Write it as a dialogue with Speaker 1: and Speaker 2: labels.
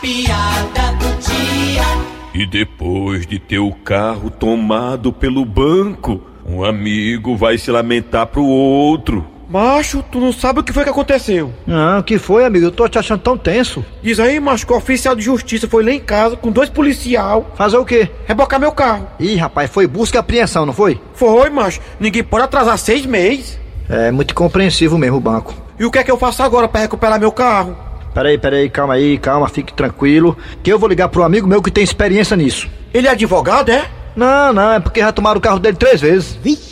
Speaker 1: piada do dia.
Speaker 2: E depois de ter o carro tomado pelo banco, um amigo vai se lamentar pro outro.
Speaker 3: Macho, tu não sabe o que foi que aconteceu.
Speaker 4: Ah, o que foi, amigo? Eu tô te achando tão tenso.
Speaker 3: Diz aí, macho, que o oficial de justiça foi lá em casa com dois policial
Speaker 4: Fazer o quê?
Speaker 3: rebocar meu carro.
Speaker 4: Ih, rapaz, foi busca e apreensão, não foi?
Speaker 3: Foi, macho, ninguém pode atrasar seis meses.
Speaker 4: É muito compreensivo mesmo o banco.
Speaker 3: E o que é que eu faço agora pra recuperar meu carro?
Speaker 4: Peraí, peraí, calma aí, calma, fique tranquilo, que eu vou ligar pro amigo meu que tem experiência nisso.
Speaker 3: Ele é advogado, é?
Speaker 4: Não, não, é porque já tomaram o carro dele três vezes.